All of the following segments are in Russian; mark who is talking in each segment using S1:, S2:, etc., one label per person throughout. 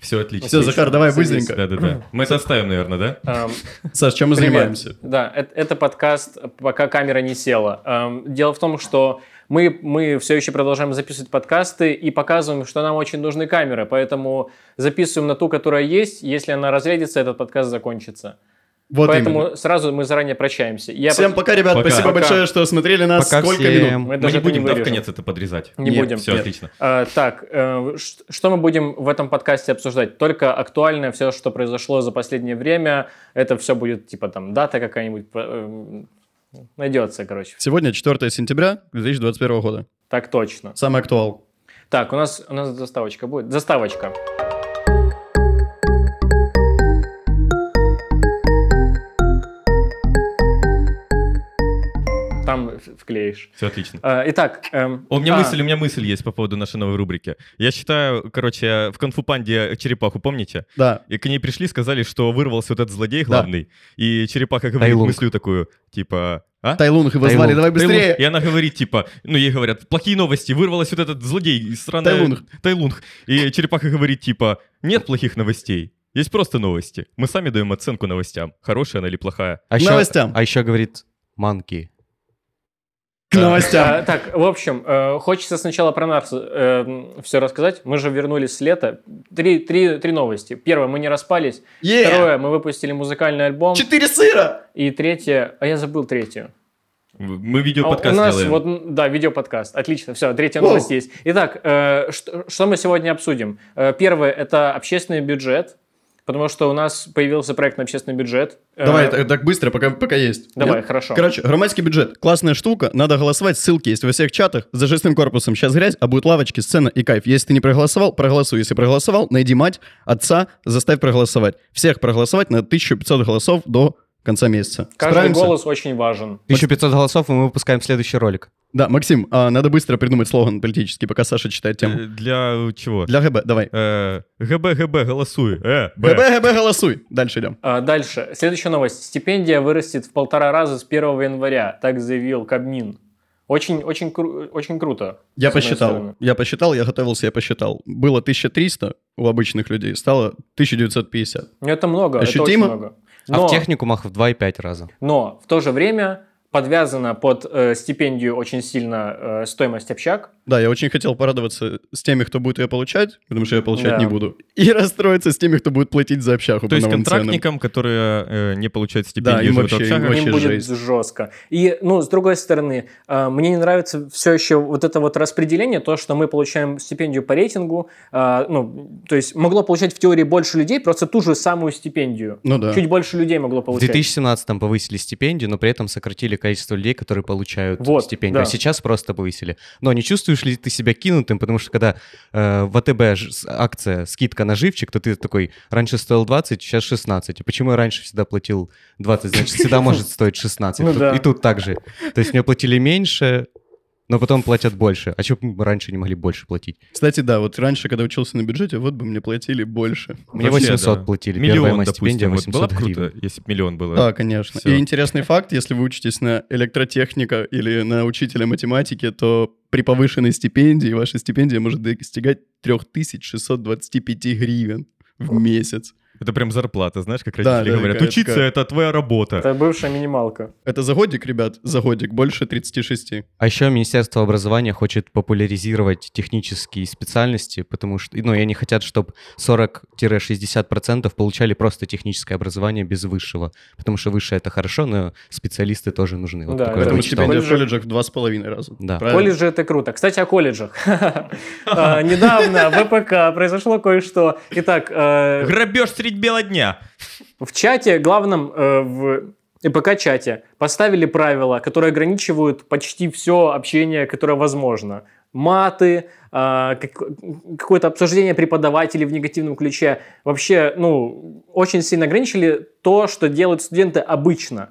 S1: Все отлично.
S2: Все, Захар, давай
S3: Садись.
S2: быстренько.
S1: Да, да, да. Мы это оставим, наверное, да?
S3: Эм,
S2: Саш, чем мы
S3: Привет.
S2: занимаемся?
S3: Да, э- это, подкаст, пока камера не села. Эм, Дело в том, что мы, мы все еще продолжаем записывать подкасты и показываем, что нам очень нужны камеры, поэтому записываем на ту, которая есть. Если она разрядится, этот подкаст закончится.
S2: Вот
S3: поэтому
S2: именно.
S3: сразу мы заранее прощаемся. Я
S2: Всем пока, ребят.
S1: Пока.
S2: Спасибо
S3: Пока.
S2: большое, что смотрели нас.
S4: Пока
S2: Сколько
S4: всем.
S2: минут?
S3: Мы
S1: Мы
S3: даже
S1: Ну, не
S3: это
S1: будем, да, в
S3: вырежем.
S1: конец это подрезать.
S3: Не
S2: Нет,
S3: будем.
S1: Все отлично.
S3: Э, Так, э, ш- что мы будем в этом подкасте обсуждать? Только актуальное все, что произошло за последнее время. Это все будет, типа, там, дата какая-нибудь э, найдется, короче.
S2: Сегодня 4 сентября 2021 года.
S3: Так точно.
S2: Самый актуал.
S3: Так, у нас, у нас заставочка будет. Заставочка. Там в- вклеишь.
S1: Все отлично.
S3: Э, Итак, эм,
S1: У меня
S3: а,
S1: мысль, у меня мысль есть по поводу нашей новой рубрики. Я считаю, короче, я в Конфу Панде черепаху, помните?
S2: Да.
S1: И к ней пришли, сказали, что вырвался вот этот злодей главный. И черепаха говорит
S4: Тайлунг.
S1: мыслю такую, типа, а?
S2: Тайлунг его
S4: Тайлунг.
S2: звали. Давай
S1: Тайлунг. И
S2: быстрее.
S1: она говорит, типа, ну ей говорят, плохие новости, вырвалась вот этот злодей, странная...
S2: Тайлунг.
S1: Тайлунг. И черепаха говорит, типа, нет плохих новостей, есть просто новости. Мы сами даем оценку новостям, хорошая она или плохая.
S4: А еще,
S2: новостям.
S4: А еще говорит манки.
S2: К новостям.
S3: э, так, в общем, э, хочется сначала про нас все рассказать. Мы же вернулись с лета. Три, три, три новости. Первое, мы не распались.
S1: Э.
S2: Е!
S3: Второе, мы выпустили музыкальный альбом.
S2: Четыре сыра!
S3: И третье, а я забыл третью.
S1: Мы
S3: А
S1: видеоподкаст
S3: у нас
S1: делаем.
S3: вот, м, да, видеоподкаст. Отлично, все, третья
S2: Воу.
S3: новость есть. Итак, э, что, что мы сегодня обсудим? Э, первое – это общественный бюджет, потому что у нас появился проект на общественный бюджет. Э,
S2: Давай, так так быстро, пока пока есть.
S3: Давай,
S2: Нет?
S3: хорошо.
S2: Короче, громадский бюджет. Классная штука, надо голосовать, ссылки есть во всех чатах. За шестым корпусом сейчас грязь, а будут лавочки, сцена и кайф. Если ты не проголосовал, проголосуй. Если проголосовал, найди мать, отца, заставь проголосовать. Всех проголосовать на 1500 голосов до конца месяца.
S3: Каждый
S2: Справимся?
S3: голос очень важен.
S4: 1500 голосов, и мы выпускаем следующий ролик.
S2: Да, Максим, а, надо быстро придумать слоган политический, пока Саша читает тему.
S1: Э, Для чего?
S2: Для ГБ, давай.
S1: Э, ГБ, ГБ, голосуй. Э, Б.
S2: ГБ, ГБ, голосуй. Дальше идем.
S3: А, дальше. Следующая новость. Стипендия вырастет в полтора раза с 1 января, так заявил Кабмин. Очень, очень, кру- очень круто.
S2: Я
S3: с одной
S2: посчитал,
S3: стороны.
S2: я посчитал, я готовился, я посчитал. Было 1300 у обычных людей, стало 1950.
S3: Ну, это много, это
S2: Ощутимо?
S3: очень много.
S4: А
S3: Но-
S4: в техникумах в 2,5 раза.
S3: Но в то же время подвязана под э, стипендию очень сильно э, стоимость общак.
S2: Да, я очень хотел порадоваться с теми, кто будет ее получать, потому что я получать
S3: Да.
S2: не буду. И расстроиться с теми, кто будет платить за общаху
S1: То
S2: по
S1: есть
S2: новым ценам.
S1: контрактникам, которые э, не получают стипендию,
S2: Да, им
S1: живут в
S2: вообще- им
S1: общагах,
S2: вообще
S3: Им будет
S2: жесть.
S3: жестко. И, ну, с другой стороны, э, мне не нравится все еще вот это вот распределение, то, что мы получаем стипендию по рейтингу. э, ну, то есть могло получать в теории больше людей, просто ту же самую стипендию.
S2: Ну да.
S3: Чуть больше людей могло
S4: В
S3: получать.
S4: 2017 повысили стипендию, но при этом сократили количество людей, которые получают
S3: Вот,
S4: стипендию.
S3: да.
S4: А сейчас просто повысили. Но не чувствуешь ли ты себя кинутым, потому что когда э, ВТБ ж- с- акция скидка на живчик, то ты такой, раньше стоил 20, сейчас 16. И Почему я раньше всегда платил 20, значит всегда может стоить 16.
S3: Ну
S4: Тут-
S3: да.
S4: И тут так же. То есть мне платили меньше, но потом платят больше. А чего бы мы раньше не могли больше платить?
S2: Кстати, да, вот раньше, когда учился на бюджете, вот бы мне платили больше.
S4: Мне
S1: Вообще,
S4: 800
S1: да.
S4: платили. Первая
S1: Миллион,
S4: моя стипендия
S1: допустим. Вот было
S4: 800
S1: бы
S4: гривен.
S1: круто, если бы миллион было.
S2: Да, конечно.
S1: всё.
S2: И интересный факт, если вы учитесь на электротехника или на учителя математики, то при повышенной стипендии ваша стипендия может достигать 3625 гривен в месяц.
S1: Это прям зарплата, знаешь, как
S2: Да,
S1: родители
S2: да,
S1: говорят.
S2: такая-
S1: Учиться
S2: такая.
S1: это твоя работа.
S3: Это бывшая минималка.
S2: Это за годик, ребят, за годик, больше 36.
S4: А еще Министерство образования хочет популяризировать технические специальности, потому что, ну, и они хотят, чтобы 40-60% получали просто техническое образование без высшего, потому что высшее это хорошо, но специалисты тоже нужны. Вот
S3: Да,
S4: такое я
S2: Поэтому
S3: это
S4: прочитал.
S2: стипендия в
S3: Колледжи-
S2: колледжах в два с половиной раза.
S4: Да.
S2: Правильно?
S3: Колледжи это круто. Кстати, о колледжах. А, Недавно в ВПК произошло кое-что. Итак, э,
S1: Грабеж средь бела дня.
S3: В чате, главном э, в ИПК-чате, поставили правила, которые ограничивают почти все общение, которое возможно. Маты, а, как- какое-то обсуждение преподавателей в негативном ключе. Вообще, ну, очень сильно ограничили то, что делают студенты обычно.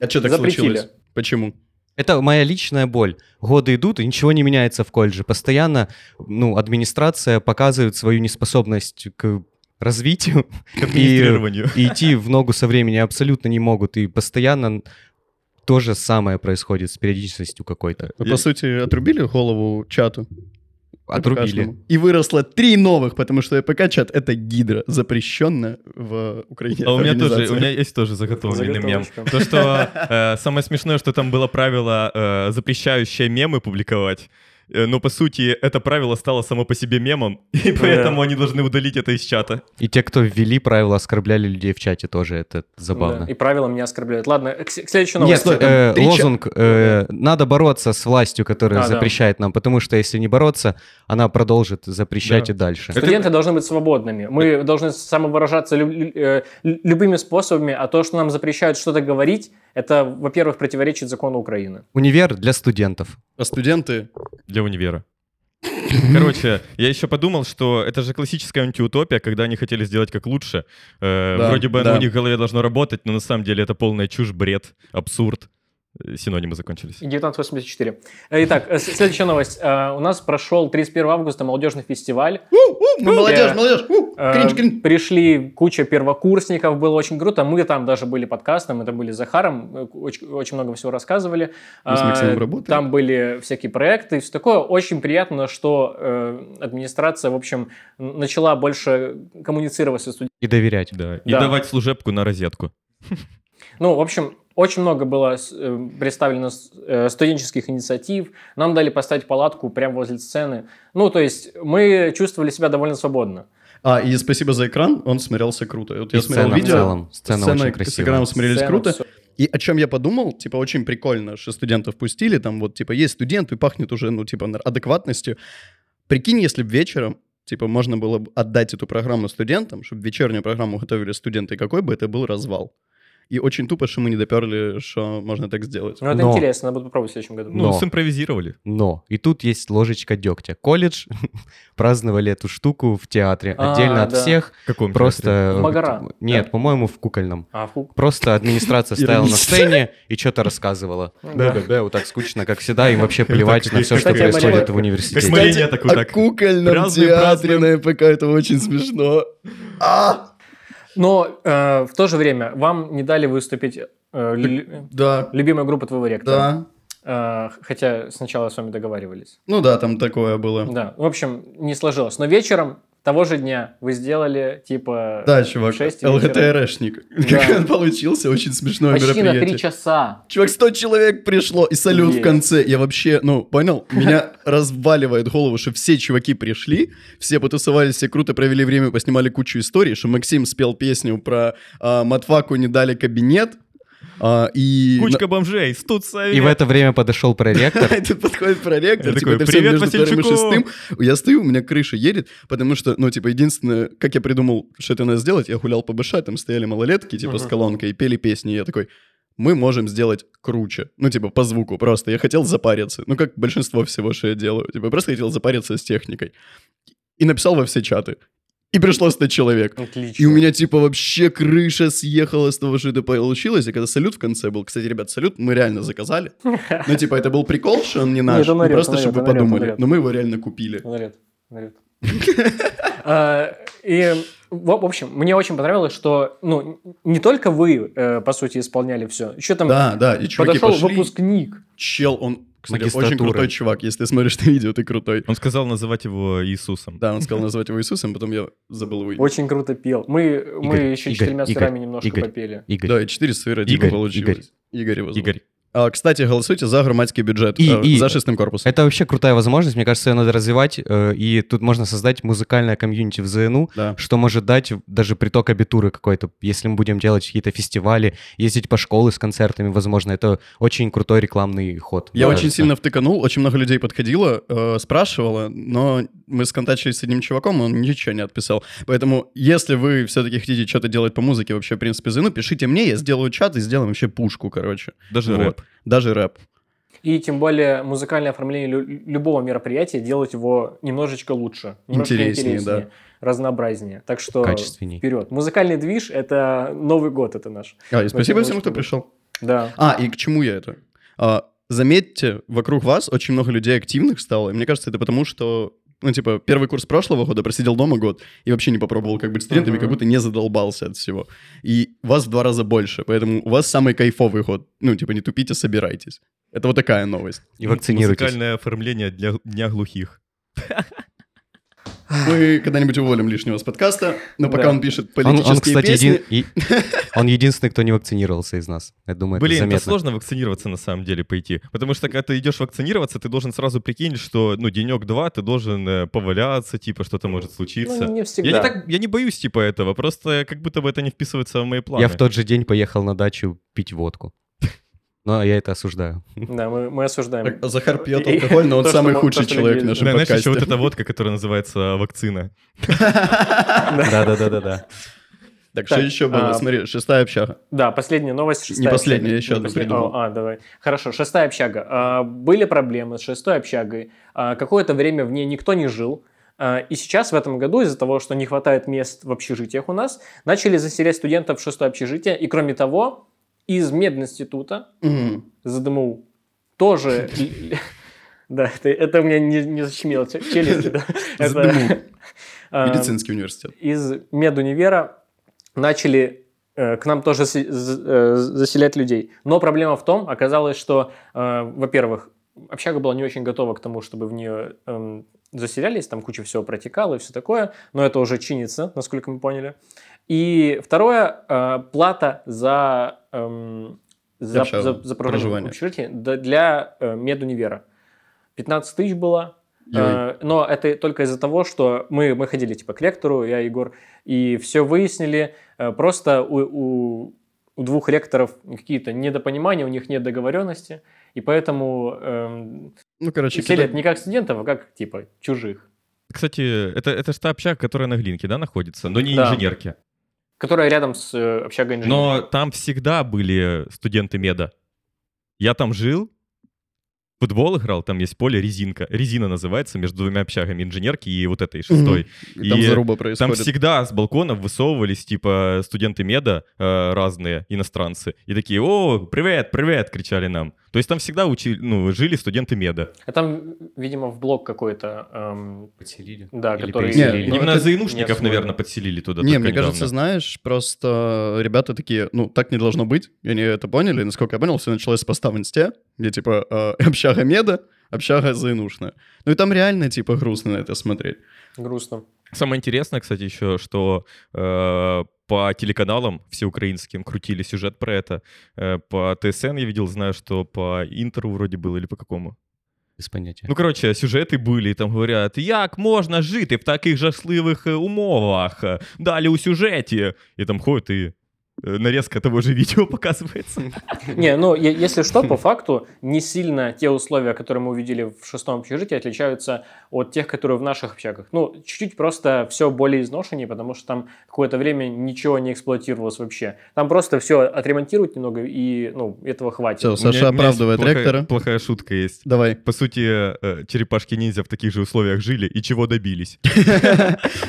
S2: А что так
S3: Запретили.
S2: случилось? Почему?
S4: Это моя личная боль. Годы идут, и ничего не меняется в колледже. Постоянно, ну, администрация показывает свою неспособность к развитию
S1: К администрированию.
S4: и идти в ногу со временем абсолютно не могут. И постоянно то же самое происходит с периодичностью какой-то.
S2: Вы,
S1: Я-
S2: по сути, отрубили голову чату?
S4: отрубили.
S2: АПКшному. И выросло три новых, потому что АПК-чат — это гидра, запрещенная в Украине.
S1: А у меня тоже, у
S2: э, организация.
S1: меня есть тоже заготовленный мем.
S3: Заготовочка.
S1: То, что э, самое смешное, что там было правило, э, запрещающее мемы публиковать. Э, Но по сути это правило стало само по себе мемом, и поэтому они должны удалить это из чата.
S4: И те, кто ввели правила, оскорбляли людей в чате тоже. Это
S3: Да,
S4: забавно.
S3: И правила меня оскорбляют. Ладно, к, с- к следующей
S4: Нет,
S3: новости.
S2: стой, там
S4: э,
S2: три ча-
S4: лозунг э, «надо бороться с властью, которая
S3: А, да.
S4: запрещает нам», потому что если не бороться, она продолжит запрещать
S1: Да.
S4: и дальше.
S3: Студенты должны быть свободными. Мы должны самовыражаться лю- лю- э, лю- любыми способами, а то, что нам запрещают что-то говорить, это, во-первых, противоречит закону Украины.
S4: Универ для студентов.
S2: А студенты...
S1: Для универа. Короче, я еще подумал, что это же классическая антиутопия, когда они хотели сделать как лучше. Э,
S2: Да,
S1: вроде бы
S2: да.
S1: оно у них в голове должно работать, но на самом деле это полная чушь, бред, абсурд. Э, Синонимы закончились.
S3: 1984. Э, Итак, э, с- следующая новость. Э, У нас прошел 31 августа молодежный фестиваль.
S2: У-у, мы Э, молодежь,
S3: Я-
S2: молодежь! у,
S3: Э,
S2: Кринж, кринж!
S3: Пришли куча первокурсников, было очень круто. Мы там даже были подкастом, это были с Захаром, э, очень, очень много всего рассказывали.
S2: Мы с
S3: А,
S2: Максимом работали.
S3: Там были всякие проекты и все такое. Очень приятно, что э, администрация, в общем, н- начала больше коммуницировать со студентами.
S4: И доверять.
S1: Да. И
S3: Да.
S1: давать служебку на розетку.
S3: Ну, в общем, очень много было с- э, представлено с- э, студенческих инициатив. Нам дали поставить палатку прямо возле сцены. Ну, то есть мы чувствовали себя довольно свободно.
S2: А, и спасибо за экран, он смотрелся круто. Вот я
S4: И
S2: смотрел
S4: сцена в
S2: видео,
S4: целом. Сцена,
S2: сцена
S4: очень
S2: к-
S4: красивая.
S2: с экраном смотрелись
S3: Сцена,
S2: круто.
S3: всё.
S2: И о чем я подумал, типа, очень прикольно, что студентов пустили, там вот, типа, есть студент и пахнет уже, ну, типа, нар- адекватностью. Прикинь, если бы вечером, типа, можно было бы отдать эту программу студентам, чтобы вечернюю программу готовили студенты, какой бы это был развал. И очень тупо, что мы не доперли, что можно так сделать.
S3: Ну, это
S4: Но.
S3: интересно, надо будет попробовать в следующем году.
S1: Ну,
S4: Но.
S1: симпровизировали.
S4: Но и тут есть ложечка дегтя. Колледж праздновали эту штуку в театре
S3: А,
S4: отдельно от
S3: да.
S4: всех.
S1: В каком
S4: Просто...
S3: В Магара,
S4: вот, Нет,
S3: да?
S4: по-моему, в кукольном.
S3: А, фу.
S4: Просто администрация стояла на
S2: Иронично.
S4: сцене и что-то рассказывала.
S3: Ну да.
S4: Да-да-да, вот так скучно, как всегда, им вообще плевать на все, что
S3: Кстати, я
S4: происходит
S3: болею.
S4: в
S1: Как
S4: университете.
S1: мы- Мария такой
S2: о
S1: так.
S2: кукольном
S1: Разным,
S2: театре
S1: разным.
S2: на ЭПК, это очень смешно. А,
S3: Но э, в то же время вам не дали выступить э, лю-
S2: да,
S3: любимая группа твоего ректора.
S2: да.
S3: Э, хотя сначала с вами договаривались.
S2: Ну да, там такое было.
S3: Да, в общем, не сложилось. Но вечером того же дня вы сделали типа
S2: Да, чувак,
S3: в шесть вечера.
S2: ЛГТРшник.
S3: Да.
S2: Как он получился, очень смешное
S3: Почти на
S2: мероприятие.
S3: три часа.
S2: Чувак, 100 человек пришло, и салют в
S3: Есть.
S2: конце. Я вообще, ну, понял? Меня разваливает голову, что все чуваки пришли, все потусовались, все круто провели время, поснимали кучу историй, что Максим спел песню про а, Матваку не дали кабинет, а, и...
S1: Кучка бомжей, студ
S4: И в это время подошел проректор.
S2: И Тут подходит проректор,
S1: Я
S2: типа,
S1: такой,
S2: это все
S1: «Привет,
S2: между вторым и
S1: Васильчуков!»
S2: шестым. Я стою, у меня крыша едет, потому что, ну, типа, единственное, как я придумал, что это надо сделать, я гулял по БШ, там стояли малолетки, типа, с
S3: Мгм.
S2: колонкой, и пели песни, и я такой, мы можем сделать круче. Ну, типа, по звуку просто. Я хотел запариться. Ну, как большинство всего, что я делаю. Типа, я просто хотел запариться с техникой. И написал во все чаты. И пришло 100 человек.
S3: Отлично.
S2: И у меня, типа, вообще крыша съехала с того, что это получилось. И когда салют в конце был... Кстати, ребят, салют мы реально заказали. Ну, типа, это был прикол, что он не наш.
S3: Нет, он
S2: ну,
S3: орёт,
S2: Просто,
S3: он орёт,
S2: чтобы вы
S3: он орёт, он
S2: подумали.
S3: орёт.
S2: Но мы его реально купили.
S3: Наряд, наряд. А, И, в в общем, мне очень понравилось, что, ну, не только вы, э, по сути, исполняли все. Еще там
S2: Да, да, и чуваки
S3: подошел
S2: пошли.
S3: выпускник.
S2: Чел, он, кстати,
S4: Магистратура.
S2: очень крутой чувак. Если ты смотришь на видео, ты крутой.
S1: Он сказал называть его Иисусом.
S2: Да, он сказал назвать его Иисусом, потом я забыл его имя.
S3: Очень круто пел. Мы, мы
S4: Игорь,
S3: еще
S4: Игорь,
S3: четырьмя
S4: Игорь,
S3: сырами немножко
S4: Игорь.
S3: попели.
S4: Игорь.
S2: Да, и 4 сыра
S4: Игорь,
S2: дико получилось. Игорь его зовут.
S1: Игорь.
S2: А, кстати, голосуйте за громадский бюджет.
S4: И-
S2: а,
S4: и-
S2: За шестым корпусом.
S4: Это вообще крутая возможность, мне кажется, ее надо развивать, э, и тут можно создать музыкальное комьюнити в ЗНУ,
S2: Да.
S4: что может дать даже приток абитуры какой-то, если мы будем делать какие-то фестивали, ездить по школы с концертами, возможно, это очень крутой рекламный ход.
S2: Я
S4: мне
S2: очень
S4: кажется.
S2: сильно втыканул, очень много людей подходило, э, спрашивало, но мы сконтачились с одним чуваком, и он ничего не отписал. Поэтому, если вы все-таки хотите что-то делать по музыке, вообще, в принципе, ну, пишите мне, я сделаю чат и сделаем вообще пушку, короче.
S1: Даже
S2: Вот.
S1: рэп.
S2: Даже рэп.
S3: И тем более музыкальное оформление лю- любого мероприятия делать его немножечко лучше. немножко
S2: Интереснее, да.
S3: Разнообразнее. Так что
S4: Качественней.
S3: вперед. Музыкальный движ – это Новый год, это наш.
S2: А, и спасибо
S3: очень
S2: всем, кто
S3: круто.
S2: пришел.
S3: Да.
S2: А, и к чему я это? А, заметьте, вокруг вас очень много людей активных стало, и мне кажется, это потому, что ну, типа, первый курс прошлого года просидел дома год и вообще не попробовал как быть студентами,
S3: Мгм.
S2: как будто не задолбался от всего. И вас в два раза больше, поэтому у вас самый кайфовый год. Ну, типа, не тупите, собирайтесь. Это вот такая новость.
S4: И вакцинируйтесь.
S1: Музыкальное оформление для дня глухих.
S2: Мы когда-нибудь уволим лишнего с подкаста, но пока
S3: Да.
S2: он пишет
S4: Он,
S2: политические
S4: он, кстати,
S2: песни...
S4: един- и- он единственный, кто не вакцинировался из нас. Я думаю, это
S1: Блин,
S4: заметно.
S1: это сложно вакцинироваться на самом деле пойти. Потому что когда ты идешь вакцинироваться, ты должен сразу прикинуть, что ну денек-два ты должен э, поваляться, типа что-то может случиться.
S3: Ну, не всегда.
S1: я, не так, я не боюсь типа этого, просто как будто бы это не вписывается в мои планы.
S4: Я в тот же день поехал на дачу пить водку. Но я это осуждаю.
S3: Да, мы, мы осуждаем.
S2: Так, а Захар пьет
S3: И-
S2: алкоголь, но он
S3: то, что
S2: самый
S3: мы-
S2: худший
S3: то, что
S2: человек в
S3: люди-
S1: Да,
S2: нашем
S1: знаешь, еще
S2: подкасте.
S1: вот эта водка, которая называется вакцина.
S4: Да-да-да-да-да.
S2: Так, что
S3: Так,
S2: еще было?
S3: а,
S2: Смотри, шестая общага.
S3: Да, последняя новость. шестая
S2: последняя, я
S3: общага.
S2: еще
S3: Не
S2: одну
S3: послед-
S2: придумал.
S3: О, а, давай. Хорошо, шестая общага. А, были проблемы с шестой общагой. А, какое-то время в ней никто не жил. А, и сейчас, в этом году, из-за того, что не хватает мест в общежитиях у нас, начали заселять студентов в шестое общежитие. И, кроме того, из мединститута
S2: Мгм.
S3: ЗДМУ тоже... Да, это, это у меня не, не защемило те- челюсти. да. Это,
S2: ЗДМУ.
S3: а,
S2: Медицинский университет.
S3: из медунивера начали э, к нам тоже с- з- э, заселять людей. Но проблема в том, оказалось, что, э, во-первых, общага была не очень готова к тому, чтобы в нее эм, заселялись, там куча всего протекала и все такое, но это уже чинится, насколько мы поняли. И второе, э, плата за, эм, за,
S2: Общагу,
S3: за- за
S2: проживание.
S3: проживание в общежитии да, для э, медунивера. 15 тысяч было,
S2: Ой.
S3: Э, Но это только из-за того, что мы, мы ходили типа к ректору, я, Егор, и все выяснили. Э, Просто у, у- у двух ректоров какие-то недопонимания, у них нет договоренности, и поэтому эм,
S2: Ну, короче,
S3: селят
S2: китай-
S3: не как студентов, а как типа чужих,
S1: Кстати, это, это ж та общага, которая на Глинке, да, находится, но не
S3: Да.
S1: инженерки.
S3: которые рядом с э, общагой инженеров.
S1: Но там всегда были студенты меда. Я там жил, в футбол играл, там есть поле, резинка. Резина называется между двумя общагами инженерки и вот этой шестой.
S2: и там
S1: и
S2: заруба
S1: Там
S2: происходит.
S1: всегда с балконов высовывались, типа, студенты меда э, разные, иностранцы. И такие, о, привет, привет, кричали нам. То есть там всегда учили, ну, жили студенты меда.
S3: А там, видимо, в блок какой-то. эм,
S4: Поселили.
S3: Да,
S4: Или
S3: который-
S4: переселили.
S2: Не, ну,
S1: Именно
S2: это
S3: не
S1: заинушников,
S3: освоено.
S1: наверное, подселили туда.
S2: Не,
S1: только
S2: мне
S1: недавно.
S2: кажется, знаешь, просто ребята такие, ну, так не должно быть, и они это поняли, и, насколько я понял, все началось с поста в инсте, где, типа, э, общага меда, общага заинушная. Ну, и там реально, типа, грустно на это смотреть.
S3: грустно.
S1: Самое интересное, кстати, еще, что э, по телеканалам всеукраинским крутили сюжет про это. Э, по ТСН я видел, знаю, что по Интеру вроде было или по какому.
S4: Без понятия.
S1: Ну, короче, сюжеты были, і там говорят, як можна жити в таких жахливих е, умовах? Е, Далі у сюжеті. І там ходять і е, нарезка того же видео показывается.
S3: Не, ну, е- если что, по факту, не сильно те условия, которые мы увидели в шестом общежитии, отличаются от тех, которые в наших общагах. Ну, чуть-чуть просто все более изношеннее, потому что там какое-то время ничего не эксплуатировалось вообще. Там просто все отремонтируют немного, и, ну, этого хватит.
S2: Все,
S1: У меня- у меня
S2: Саша
S1: есть
S2: оправдывает
S1: плохая-
S2: ректора.
S1: Плохая шутка есть.
S2: Давай.
S1: По сути, э, черепашки-ниндзя в таких же условиях жили и чего добились.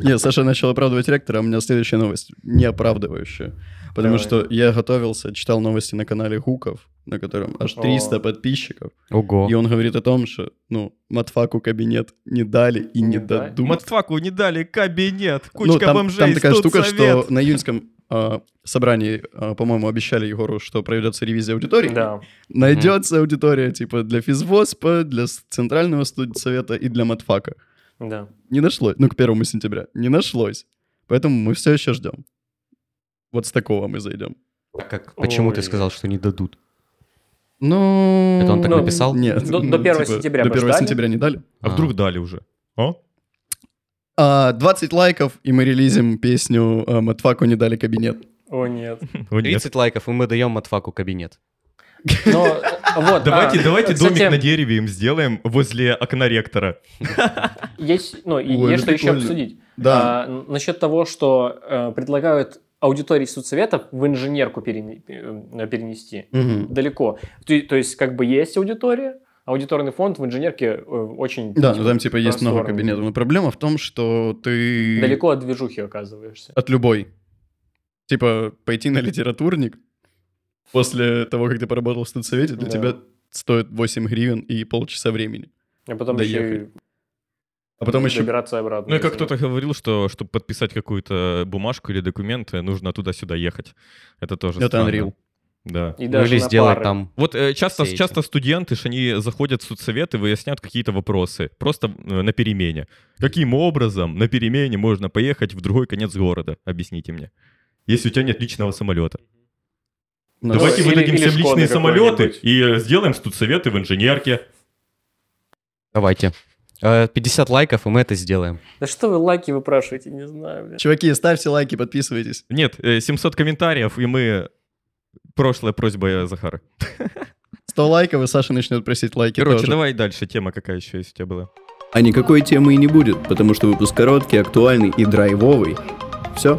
S2: Не, Саша начал оправдывать ректора, а у меня следующая новость, не оправдывающая. Потому
S3: Давай.
S2: что я готовился, читал новости на канале Гуков, на котором аж
S3: О.
S2: 300 подписчиков.
S3: Ну,
S4: Ого.
S2: И он говорит о том, что, ну, матфаку кабинет не дали и не
S3: Не дали.
S2: дадут.
S1: Матфаку не дали кабинет,
S2: Ну,
S1: кучка
S2: там,
S1: бомжей,
S2: там такая штука,
S1: студсовет.
S2: что на июньском а, собрании, а, по-моему, обещали Егору, что проведется ревизия аудитории.
S3: Да.
S2: Найдется аудитория, типа, для физвоспа, для с- Центрального студсовета и для матфака.
S3: Да.
S2: Не нашлось, ну, к первому сентября, не нашлось. Поэтому мы все еще ждем. Вот с такого мы зайдем.
S4: А Как, почему ты
S3: Ой.
S4: сказал, что не дадут?
S2: Ну...
S4: Это он так
S3: Ну,
S4: написал?
S2: Нет.
S3: До- до
S2: ну,
S3: 1 сентября
S2: До
S3: бы
S2: 1
S3: ждали?
S2: сентября не дали.
S1: А вдруг дали уже? О?
S2: А, 20 лайков, и мы релизим песню э, «Матфаку не дали кабинет».
S3: О, нет.
S1: О, нет.
S4: 30 лайков, и мы даем Матфаку кабинет.
S3: Но, э, вот,
S1: Давайте,
S3: а,
S1: давайте
S3: кстати,
S1: домик на дереве им сделаем возле окна ректора.
S3: Есть, ну, и
S2: Ой,
S3: есть что
S2: это
S3: еще
S2: прикольно.
S3: обсудить.
S2: Да.
S3: А, н- насчет того, что э, предлагают аудитории соцсоветов в инженерку перене- э, перенести.
S2: Мгм.
S3: далеко. То, то есть, как бы есть аудитория, аудиторный фонд в инженерке э, очень
S2: Да, ну там типа есть много
S3: просторно.
S2: кабинетов. Но проблема в том, что ты...
S3: далеко от движухи оказываешься.
S2: От любой. Типа пойти на литературник после того, как ты поработал в студсовете, для
S3: Да.
S2: тебя стоит 8 гривен и полчаса времени.
S3: А потом еще
S2: Доехать.
S3: и
S2: А потом еще...
S3: добираться обратно.
S1: Ну и как
S3: если-
S1: кто-то говорил, что чтобы подписать какую-то бумажку или документ, э, нужно туда-сюда ехать. Это тоже
S2: Это
S1: странно.
S2: Unreal.
S1: Да.
S3: И
S4: Ну,
S3: даже
S4: или
S3: на
S4: сделать
S3: пары.
S4: там...
S1: Вот э, часто,
S4: Все эти.
S1: часто студенты, ж они заходят в соцсовет и выясняют какие-то вопросы. Просто э, на перемене. Каким образом на перемене можно поехать в другой конец города? Объясните мне. Если у тебя нет личного самолета.
S2: Ну,
S3: Давай.
S1: Давайте
S3: или-
S1: выдадим
S3: или
S1: всем
S3: «Шкоды»
S1: личные самолеты
S3: какой-нибудь.
S1: и э, сделаем студсоветы в инженерке.
S4: Давайте. Э, 50 лайков, и мы это сделаем.
S3: Да что вы лайки выпрашиваете, не знаю, блин.
S2: Чуваки, ставьте лайки, подписывайтесь.
S1: Нет, э, 700 комментариев, и мы... Прошлая просьба э, Захара.
S2: 100 лайков, и Саша начнет просить лайки
S1: Короче,
S2: тоже.
S1: давай дальше. Тема какая еще есть у тебя была?
S2: А никакой темы и не будет, потому что выпуск короткий, актуальный и драйвовый. Все,